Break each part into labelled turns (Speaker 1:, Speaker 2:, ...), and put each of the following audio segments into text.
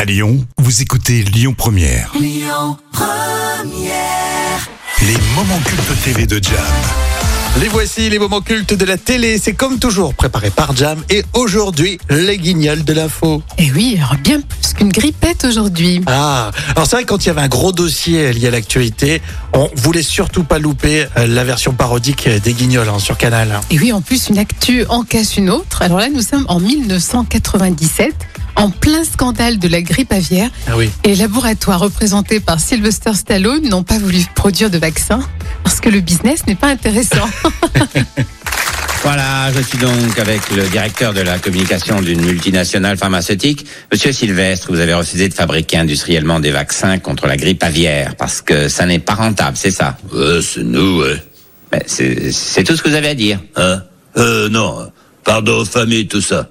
Speaker 1: À Lyon, vous écoutez Lyon Première. Les moments cultes TV de Jam.
Speaker 2: Les voici, les moments cultes de la télé. C'est comme toujours préparé par Jam. Et aujourd'hui, les guignols de l'info.
Speaker 3: Eh oui, alors bien plus qu'une grippette aujourd'hui.
Speaker 2: Ah, alors c'est vrai que quand il y avait un gros dossier lié à l'actualité, on voulait surtout pas louper euh, la version parodique des guignols hein, sur Canal.
Speaker 3: Et oui, en plus, une actu en cache une autre. Alors là, nous sommes en 1997, en plein scandale de la grippe aviaire.
Speaker 2: Ah oui.
Speaker 3: Et les laboratoires représentés par Sylvester Stallone n'ont pas voulu produire de vaccin parce que le business n'est pas intéressant.
Speaker 4: Voilà, je suis donc avec le directeur de la communication d'une multinationale pharmaceutique. Monsieur Sylvestre, vous avez refusé de fabriquer industriellement des vaccins contre la grippe aviaire parce que ça n'est pas rentable, c'est ça
Speaker 5: Ouais, Euh, c'est nous, ouais.
Speaker 4: Mais C'est c'est tout ce que vous avez à dire.
Speaker 5: Hein Euh, non. Pardon aux familles, tout ça.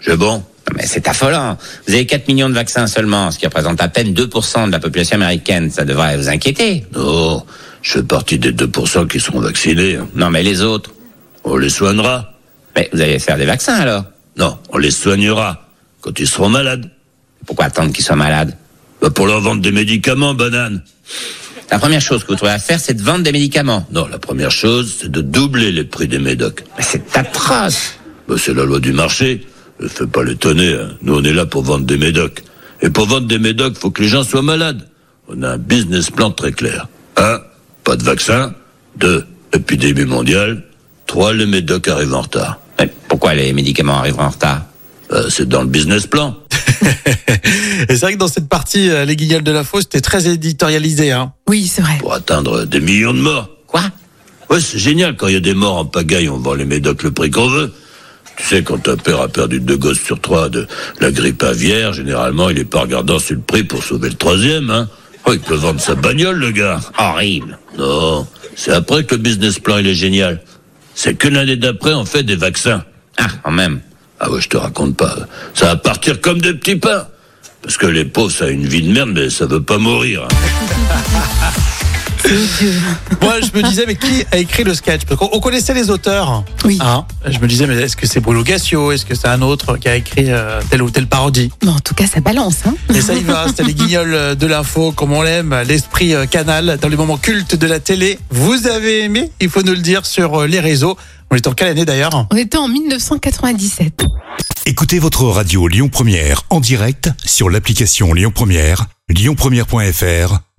Speaker 5: C'est bon
Speaker 4: Non, Ah, Mais c'est affolant. Vous avez 4 millions de vaccins seulement, ce qui représente à peine 2% de la population américaine. Ça devrait vous inquiéter.
Speaker 5: Non, je fais partie des 2% qui seront vaccinés. hein.
Speaker 4: Non, mais les autres
Speaker 5: On les soignera
Speaker 4: Mais vous allez faire des vaccins alors
Speaker 5: Non, on les soignera quand ils seront malades.
Speaker 4: Pourquoi attendre qu'ils soient malades
Speaker 5: Bah, pour leur vendre des médicaments, banane.
Speaker 4: La première chose que vous trouvez à faire, c'est de vendre des médicaments.
Speaker 5: Non, la première chose, c'est de doubler les prix des médocs.
Speaker 4: Mais c'est atroce
Speaker 5: Bah, c'est la loi du marché. Ne fais pas l'étonner, hein. Nous, on est là pour vendre des médocs. Et pour vendre des médocs, faut que les gens soient malades. On a un business plan très clair. Un, pas de vaccin. Deux, épidémie mondiale. Trois, les médocs arrivent en retard.
Speaker 4: Mais pourquoi les médicaments arrivent en retard
Speaker 5: Euh, c'est dans le business plan.
Speaker 2: Et c'est vrai que dans cette partie, euh, les guignols de l'info, c'était très éditorialisé. Hein.
Speaker 3: Oui, c'est vrai.
Speaker 5: Pour atteindre des millions de morts.
Speaker 4: Quoi
Speaker 5: Ouais, c'est génial, quand il y a des morts en pagaille, on vend les médocs le prix qu'on veut. Tu sais, quand un père a perdu deux gosses sur trois de la grippe aviaire, généralement, il est pas regardant sur le prix pour sauver le troisième, hein. Oh, il peut vendre sa bagnole, le gars.
Speaker 4: Horrible
Speaker 5: Non, c'est après que le business plan, il est génial. C'est que l'année d'après, on fait des vaccins.
Speaker 4: Ah, quand même
Speaker 5: Ah ouais, je te raconte pas. Ça va partir comme des petits pains. Parce que les pauvres, ça a une vie de merde, mais ça veut pas mourir. hein.
Speaker 2: Moi, je me disais, mais qui a écrit le sketch Parce qu'on on connaissait les auteurs.
Speaker 3: Oui.
Speaker 2: Hein je me disais, mais est-ce que c'est Bruno Gassio Est-ce que c'est un autre qui a écrit euh, telle ou telle parodie
Speaker 3: Mais en tout cas, ça balance. Hein
Speaker 2: Et ça y va, c'était les guignols euh, de l'info, comme on l'aime, l'esprit euh, canal dans les moments cultes de la télé. Vous avez aimé, il faut nous le dire sur euh, les réseaux. On est en quelle année d'ailleurs
Speaker 3: On était en 1997.
Speaker 1: Écoutez votre radio Lyon Première en direct sur l'application Lyon Première, lyonpremière.fr